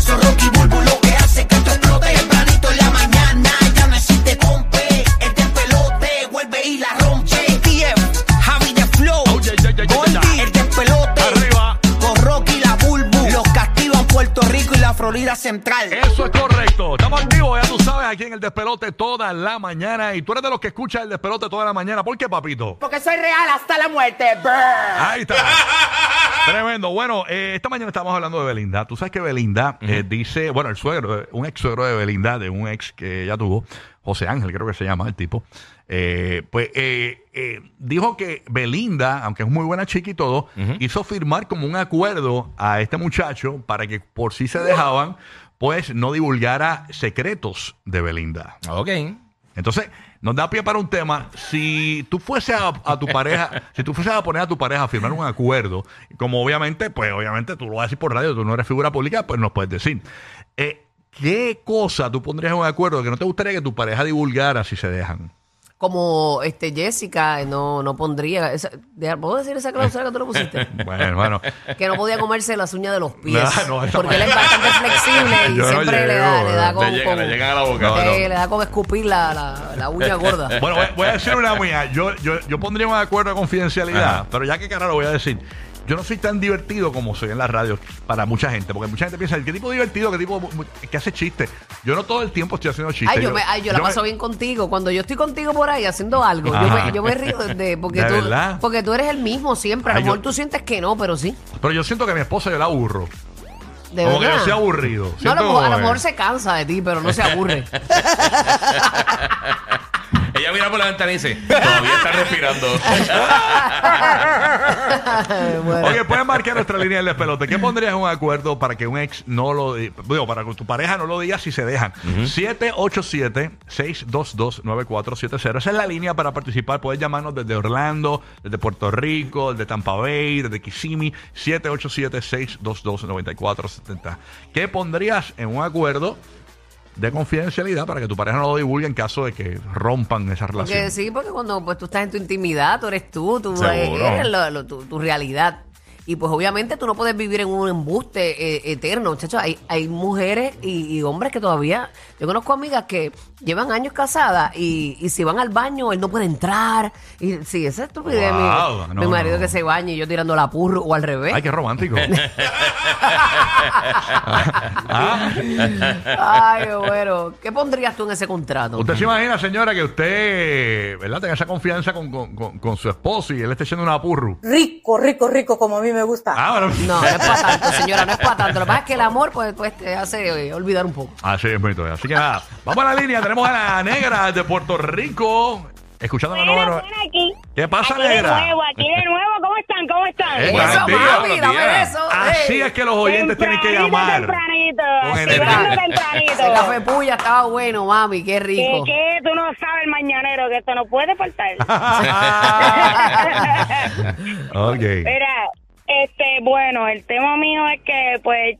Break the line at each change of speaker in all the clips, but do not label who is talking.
Son Rocky Bulbo lo que hace que esto explote. Planito en la mañana, ya no existe compe. El despelote vuelve y la rompe. JTF, Javi de Flow,
Oh,
Goldie, el despelote.
Arriba.
Con Rocky y la Bulbo, los castigan Puerto Rico y la Florida Central.
Eh.
Eso es correcto. Estamos activos, ya tú sabes, aquí en el despelote toda la mañana. Y tú eres de los que escuchas el despelote toda la mañana. ¿Por qué, papito?
Porque soy real hasta la muerte. Brr.
Ahí está. Tremendo. Bueno, eh, esta mañana estamos hablando de Belinda. Tú sabes que Belinda eh, dice, bueno, el suegro, eh, un ex suegro de Belinda, de un ex que ella tuvo, José Ángel, creo que se llama el tipo, eh, pues eh, eh, dijo que Belinda, aunque es muy buena chica y todo, hizo firmar como un acuerdo a este muchacho para que por si se dejaban, pues no divulgara secretos de Belinda.
Ok.
Entonces, nos da pie para un tema. Si tú fueses a, a tu pareja, si tú fueses a poner a tu pareja a firmar un acuerdo, como obviamente, pues obviamente tú lo vas a decir por radio, tú no eres figura pública, pues nos puedes decir. Eh, ¿Qué cosa tú pondrías en un acuerdo que no te gustaría que tu pareja divulgara si se dejan?
como este Jessica no, no pondría esa- deja- ¿puedo decir esa cláusula que tú le pusiste?
Bueno, bueno.
que no podía comerse las uñas de los pies
No, no, esa
porque él es
manera.
bastante flexible y
Yo no
siempre le da
llego,
le da
eh.
con,
Le llega,
con-
le llega a la boca.
No,
eh, le da con escupir la, la, la uña gorda
Bueno, voy, voy a decir una mía. Yo, yo, yo pondría un acuerdo de confidencialidad,
Ajá.
pero ya que cara lo voy a decir. Yo no soy tan divertido como soy en la radio para mucha gente, porque mucha gente piensa, ¿qué tipo divertido? ¿Qué tipo mu- mu- que hace chistes? Yo no todo el tiempo estoy haciendo chistes.
Ay, yo, me- ay, yo la
me-
paso bien contigo. Cuando yo estoy contigo por ahí haciendo algo, yo
Ajá.
me, yo me río de, de- porque,
¿De
tú,
verdad?
porque tú eres el mismo siempre. A lo
Ay, yo-
mejor tú sientes que no, pero sí.
Pero yo siento que a mi esposa yo la aburro.
De
como que
verdad.
yo soy aburrido.
No, a
Siento
lo, mejor- a
como
lo
que-
mejor se cansa de ti, pero no se aburre.
Ella mira por la ventana y dice, todavía está respirando.
Bueno.
Oye, puedes marcar nuestra línea del despelote. ¿Qué pondrías en un acuerdo para que un ex no lo di- digo, para que tu pareja no lo diga si se dejan? 787-622-9470. Esa es la línea para participar. Puedes llamarnos desde Orlando, desde Puerto Rico, desde Tampa Bay, desde Kissimmee. 787-622-9470. ¿Qué pondrías en un acuerdo de confidencialidad para que tu pareja no lo divulgue en caso de que rompan esa relación?
Porque sí, porque cuando pues, tú estás en tu intimidad, tú eres tú, tú
Seguro.
eh, eres lo- lo- tu, tu realidad. Y pues obviamente tú no puedes vivir en un embuste eh, eterno, muchachos. Hay, hay mujeres y, y hombres que todavía... Yo conozco amigas que llevan años casadas y, y si van al baño, él no puede entrar. Y, sí, esa es estupidez. mi-
Wow,
mi,
no,
marido
no.
que se baña y yo tirando la purro o al revés.
Ay, qué romántico. Ah,
Ay, bueno. ¿Qué pondrías tú en ese contrato?
Usted se imagina, señora, que usted, ¿verdad?, tenga esa confianza con, con- con- con su esposo y él esté echando una purru.
rico, rico, rico, como a mí me gusta.
Ah, bueno.
No, no es para tanto, señora, no es para tanto. Lo que pasa es que el amor pues, pues, te hace eh, olvidar un poco.
Así es, bonito. Así que nada, vamos a la línea. Tenemos a la negra de Puerto Rico. Escuchando la
Mira,
número.
mira aquí.
¿Qué pasa,
aquí
negra?
De nuevo, aquí de nuevo, ¿cómo están? ¿Cómo están?
Eh,
Eso,
buenos días,
mami,
buenos
dame
días.
eso.
Así
ey.
es que los oyentes tienen que
Tempranito,
llamar.
Tempranito,
Con
activando
energía.
Ese café
tempranito.
puya estaba bueno, mami, qué
Que,
rico.
que tú no sabes el mañanero, que esto no puede faltar.
ok.
Mira, este, bueno, el tema mío es que, pues,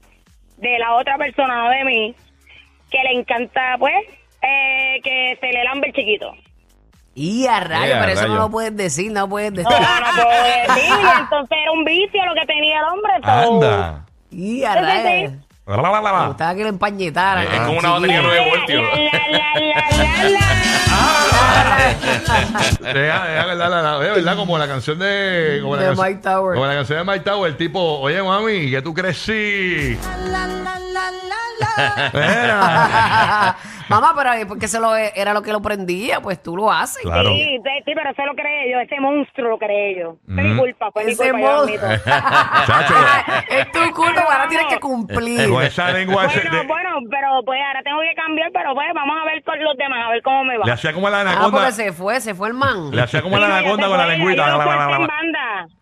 de la otra persona, no de mí, que le encanta, pues, eh, que se le lambe el chiquito.
Y a rayo,
Eh, a
pero eso
rayo.
no lo puedes decir, no lo puedes decir.
No, no puedo decirlo, entonces era un vicio lo que tenía el hombre. so-
Anda.
Y a rayo.
La, la, la, la,
Me
la.
gustaba que le empañetara.
Es
Eh,
como una batería
La,
9 voltios.
Este, la, la, la, la, la.
Deja, deja, ¿verdad? La, la- oye, ¿verdad? Como la canción de. Como la
De
canción-
Mike Tower.
Como la canción de Mike Tower, el tipo, oye, mami, eh. que tú crecí. Mira.
Mamá, pero eh, porque se lo era lo que lo prendía, pues tú lo haces.
Claro.
Sí, te- sí, pero eso lo creé yo, ese monstruo lo creé yo. Fue mi culpa, fue mi
Ese
culpa, yo lo
monstruo.
admito.
Chacho. eh,
es tu culpa, ahora tienes que cumplir. Ah,
Con esa lengua ese
Bueno,
Pues, de-
bueno, pero pues ahora tengo que cambiar, pero pues vamos a ver con los demás, a ver cómo me va.
le hacía como la
Ah,
anaconda.
porque se fue, se fue el man.
Le hacía como la
Sí, no, ya
anaconda
se
con la
fue,
lengüita.
ahí
Bla,
Los
bla,
solté
bla,
en
bla.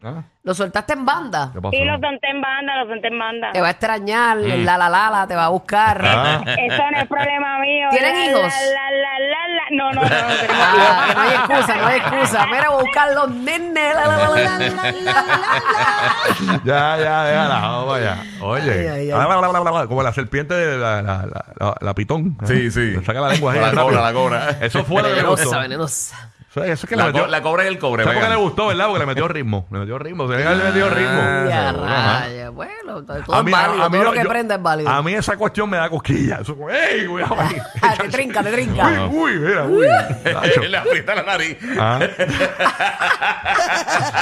banda.
¿Ah?
Lo soltaste en banda.
¿Qué pasó?
Sí, los solté en banda, los solté en banda.
Te va a extrañar, la la la la, te va a buscar.
Mm. Ah.
Eso no es problema mío.
¿Tienen
La,
hijos?
la, la, la, la. No, no, no, no tenemos
Ah,
hijos.
que no hay excusa, no hay excusa. Mira, buscar los nenes. la, la, la, la, la, la, la.
Ya, ya, ya, la vamos allá. Oye, Ah,
Ay, ay, ay.
Bla, bla, bla, bla, bla, como la serpiente de la, la, la, la- la pitón.
Sí, sí.
Le saca la lengua ahí.
La
rápido.
cobra, la cobra.
Eso fue lo que le gustó.
Venenosa, venenosa.
Eso es eso que le
La,
metió.
co- la cobra y el cobre.
¿Sabes por qué
venga.
le gustó, verdad? Porque le metió ritmo. Le metió ritmo. Se le metió ritmo.
Y a
Ah, Seguro, ajá.
Ah, rayos, Bueno, todo es válido. Todo
yo-
lo que
yo-
prenda es válido.
a mí esa cuestión me da cosquillas. Eso como, ¡ey, güey! ay".
Ah, te trinca, te trinca.
Uy, uy, mira, uy. Nacho.
le aprieta la nariz.
Ah.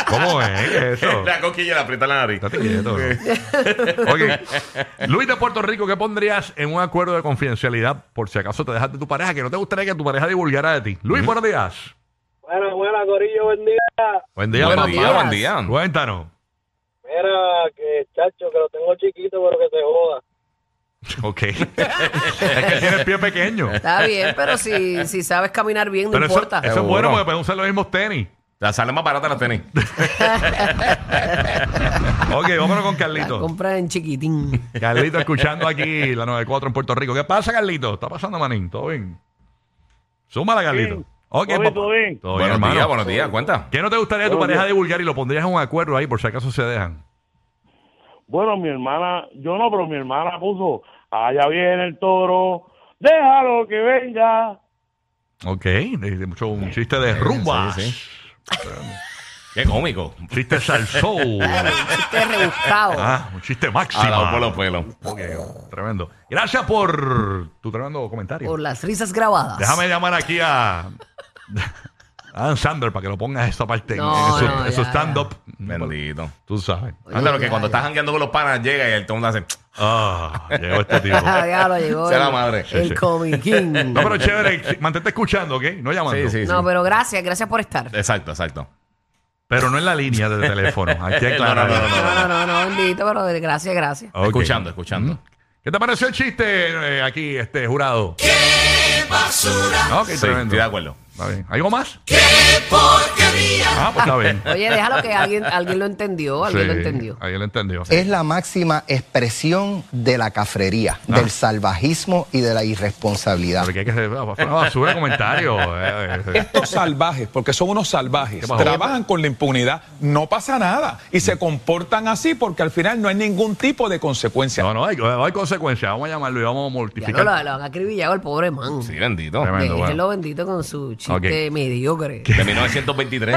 ¿Cómo es eso?
La coquilla le aprieta la nariz.
Estate quieto. ¿no? Oye, Luis de Puerto Rico, ¿qué pondrías en un acuerdo de confidencialidad por si acaso te dejas de tu pareja que no te gustaría que tu pareja divulgara de ti? Luis, buenos días.
Bueno, bueno, Corillo, buen día.
Buen día,
Buen
papá.
día, buen día.
Cuéntanos.
Mira, que chacho, que lo tengo chiquito, pero que se joda.
Ok. es que tiene el pie pequeño.
Está bien, pero si, si sabes caminar bien, no
Pero eso,
importa.
eso es
Seguro.
bueno porque pueden usar los mismos tenis.
La sale más barata la tenis.
Ok, vámonos con
La
Carlito.
compra en chiquitín.
Carlito escuchando aquí la 94 en Puerto Rico. ¿Qué pasa, Carlito? ¿Está pasando, manín? ¿Todo bien? Súmala, Carlito.
Bien. Todo
Ok,
bien,
papá.
todo bien.
Todo bien,
Buenos
hermano.
días, buenos días. Cuenta.
¿Qué no te gustaría de tu
Buenos
pareja
días.
divulgar y lo pondrías en un acuerdo ahí por si acaso se dejan?
Bueno, mi hermana, yo no, pero mi hermana puso, allá viene el toro, déjalo que venga.
Ok, de- de mucho, un chiste de rumba.
Sí, Qué cómico.
Un chiste salsou.
Este rebuscado.
ah, un chiste máximo.
Jalado por los pelos.
Ok, tremendo. Gracias por tu tremendo comentario.
Por las risas grabadas.
Déjame llamar aquí a Adam Sandler para que lo pongas esta parte en-
No,
en, su,
no,
en su
ya,
stand-up.
Bendito.
Tú sabes.
Ándalo, que
ya,
cuando
ya.
estás jangueando con los panas llega y el tono hace.
Ah, llegó este tipo.
Ah, ya lo llegó.
Sea
el-
la madre.
Sí, sí.
El comiquín.
No, pero chévere, mantente escuchando, ¿ok? No llamando.
Sí, sí, sí.
No, pero gracias, gracias por estar.
Exacto, exacto.
Pero no en la línea de teléfono. Aquí hay claro.
No, no, no, no,
No, no, no, no, bendito, pero de- gracias, gracias.
Ok. Mm,
Escuchando, escuchando.
¿Qué te pareció el chiste eh, aquí, este jurado? ¡Qué basura! Ok,
Sí,
tremendo.
estoy de acuerdo.
Está bien. ¿Algo más? ¡Qué porquería! Ah, pues está bien.
Oye, déjalo que alguien, alguien lo entendió, alguien lo
Sí, Ah,
entendió.
Alguien lo entendió.
Es la máxima expresión de la cafrería,
Ah.
del salvajismo y de la irresponsabilidad.
Porque hay que hacer fue una basura de comentario. eh, eh, eh.
Estos salvajes, porque son unos
¿Qué
salvajes,
pasó?
trabajan con la impunidad, no pasa nada y se comportan así porque al final no hay ningún tipo de consecuencia.
No, no, hay, hay consecuencias. Vamos a llamarlo y vamos a
Ya no,
mortificar.
lo, lo han acribillado el pobre man.
Sí, bendito.
Tremendo.
Déjenlo
bueno.
bendito con su chiste
Ok.
mediocre.
De 1923.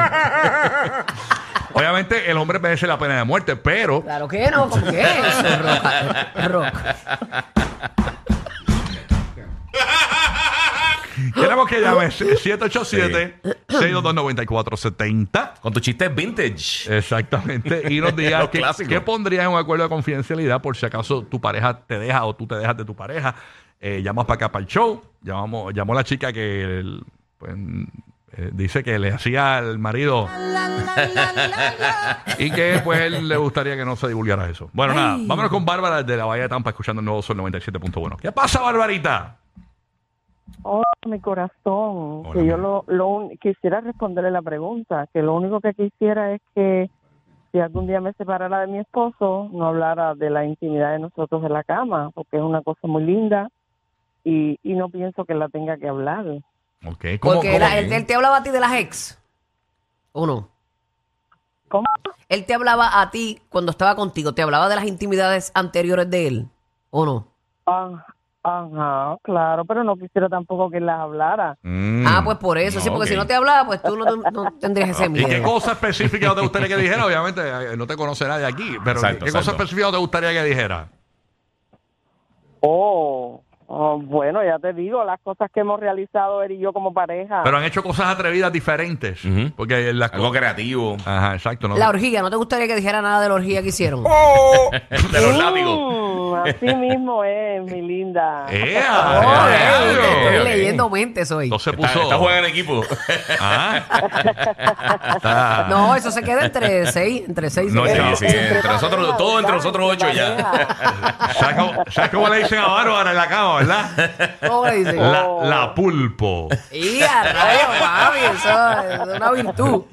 Obviamente, el hombre merece la pena de muerte, pero
Claro que no, ¿cómo que es? Roca- roca.
queremos que llames 787-622-9470.
Con tu chiste vintage.
Exactamente. Y nos digas
Los
qué,
clásicos.
qué pondrías en un acuerdo de confidencialidad por si acaso tu pareja te deja o tú te dejas de tu pareja. Eh, llamas para acá para el show. Llamamos, llamó la chica que el- pues, eh, dice que le hacía al marido y que pues él le gustaría que no se divulgara eso. Bueno, nada, vámonos con Bárbara de la Bahía de Tampa escuchando el nuevo Sol 97.1. ¿Qué pasa, Barbarita?
Oh, mi corazón,
Hola,
que yo
mi-
lo, lo un- quisiera responderle la pregunta, que lo único que quisiera es que si algún día me separara de mi esposo, no hablara de la intimidad de nosotros en la cama, porque es una cosa muy linda y, y no pienso que la tenga que hablar.
Ok, ¿cómo-
Porque
cómo-
la- él, él te hablaba a ti de las ex. ¿O no?
¿Cómo?
Él te hablaba a ti cuando estaba contigo, te hablaba de las intimidades anteriores de él. ¿O no?
Ah, ajá, claro, pero no quisiera tampoco que las hablara.
Mm.
Ah, pues por eso, sí,
Ah,
porque
ok.
si no te hablaba, pues tú no, no tendrías ese
Ah, ¿Y
miedo.
qué cosa específica te gustaría que dijera? Obviamente eh, no te conoce nadie aquí, pero
Exacto,
¿qué cosa
exacto.
específica te gustaría que dijera?
Oh, oh, bueno, ya te digo, las cosas que hemos realizado él y yo como pareja.
Pero han hecho cosas atrevidas diferentes.
Ujú.
Porque las
Algo
co-
creativo.
Ajá, exacto. ¿no?
Uh.
La orgía, ¿no te gustaría que dijera nada de la orgía que hicieron?
De los látigos.
Mm, Así mismo es, mi linda.
Eh. ¡Ea!
Oh,
¡Ea,
eh,
diablo!
estoy
Ah, Ok.
leyendo mentes hoy.
Entonces
Está,
puso. Ah.
está jugando en equipo.
está-
No, eso se queda entre seis, entre seis.
No,
y
Sí,
ocho.
sí, entre nosotros, todo entre nosotros ocho ya.
¿Sabes cómo, sabes cómo le dicen a Bárbara en la cama, verdad?
¿Cómo le dicen?
La, la pulpo.
Y a rayos, papi, eso es una virtud.
No,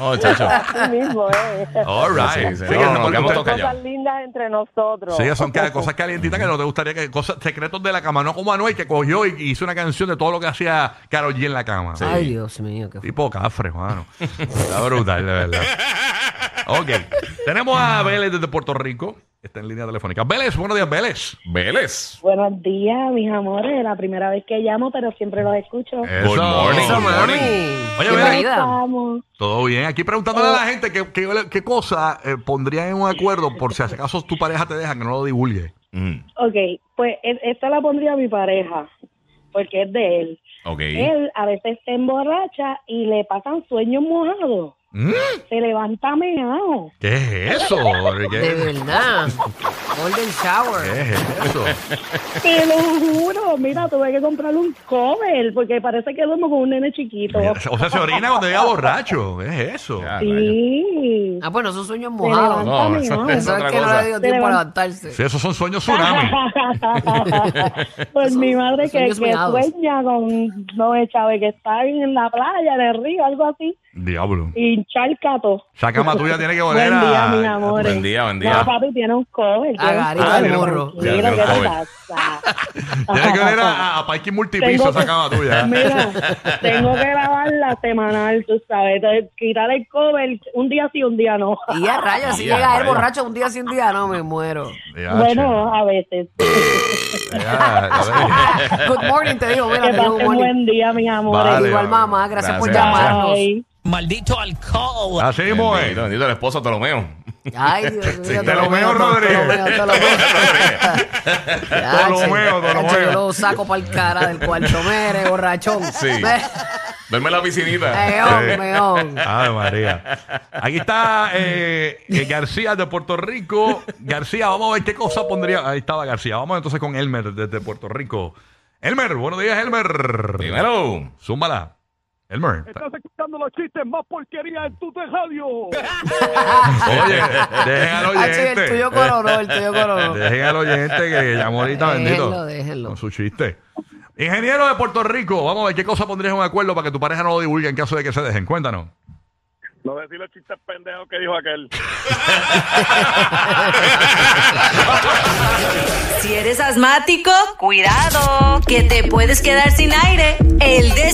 Oh, chacho.
Así mismo
eh.
es.
All right.
Sí, sí,
Sí, que
no,
se
no,
me
que hemos
gusta-
tocado ya.
Cosas lindas entre nosotros.
Sí, son ca- cosas calientitas que no te gustaría que cosas secretos de la cama, no como Anuel que cogió y hizo una canción de todo lo que hacía Karol G en la cama.
Ay, Dios mío, qué
Tipo cafre, mano. Está brutal, de verdad. Ok. Tenemos a Vélez desde Puerto Rico. Está en línea telefónica. Vélez, buenos días, Vélez.
Vélez.
Buenos días, mis amores. Es La primera vez que llamo, pero siempre los escucho.
Eso.
morning,
Eso,
good morning.
mami. Oye,
Qué
Vélez.
vida.
Vamos.
Todo bien. Aquí preguntándole a la gente qué, qué, qué cosa eh, pondrían en un acuerdo por si acaso tu pareja te deja que no lo divulgue.
Mm,
Ok, pues e- esta la pondría a mi pareja, porque es de él.
Ok.
Él a veces se emborracha y le pasan sueños mojados.
Mm,
Se levanta meado.
¿Qué es eso? ¿Qué,
De verdad. Golden Shower.
qué es eso?
Te lo juro. Mira, tuve que comprarle un cover, porque parece que duermo con un nene chiquito.
Mira, o sea, se orina cuando llega borracho. ¿Qué es eso?
Sí.
Ah, bueno, esos sueños
Se
mojados.
levanta
No,
meado.
eso-
Eso es
otra
que no
cosa.
le dio
Se
tiempo a
levanta-
levantarse.
Sí, esos son sueños tsunami.
pues mi madre que,
sueños
que
meados.
sueña con no me chave que está en la playa, en el río, algo así,
Diablo.
y hinchar el cato.
Esa cama tuya tiene que
Buen
volver
día, mis
a.
amores.
Buen día, buen día.
No, papi, tiene un cover. tiene un
Agarita
cover,
el morro.
tranquilo,
Ya, tiene un
¿qué te
cover.
pasa?
Tiene que volver a, a Parking Multipiso
Tengo
esa
que-
cama tuya.
Mira, tengo que grabar la semanal, tú sabes, entonces, quitar el cover un día sí, un día no.
Y a rayos, si
Y a
llega el
rayos.
borracho un día sin día, no me muero.
Ya,
Bueno, a veces.
che. Ya, a ver.
Good morning, te digo. Mira,
que
te digo good
pasen
morning.
buen día, mis amores.
Vale,
Igual,
vale.
mamá, gracias, por
Gracias.
llamarnos.
Bye.
Maldito alcohol.
Así mismo es.
Bendito, bendito el esposo Ptolomeo.
Ay, Dios mío.
Te lo veo, Rodríguez.
Te lo veo,
Te lo veo, te lo
Yo
veo.
lo saco para el cara del cuarto, mere, borrachón.
Sí.
Eh,
Duerme en la piscinita.
hombre, hombre.
Ay, María. Aquí está eh, eh, García de Puerto Rico. García, vamos a ver qué cosa pondría. Ahí estaba García. Vamos entonces con Elmer desde Puerto Rico. Elmer, buenos días, Elmer.
Dímelo.
Zúmbala. Elmer.
escuchando los chistes más porquería en tu radio.
Oye, dejen al
Ah, sí, el
oyente.
tuyo coronó, el tuyo coronó.
Dejen al oyente que llamó ahorita,
Déjenlo,
bendito.
déjenlo.
Con su chiste. Ingeniero de Puerto Rico, vamos a ver qué cosa pondrías en un acuerdo para que tu pareja no lo divulgue en caso de que se dejen. Cuéntanos.
No decir los chistes pendejos que dijo aquel.
Si eres asmático, cuidado, que te puedes quedar sin aire. El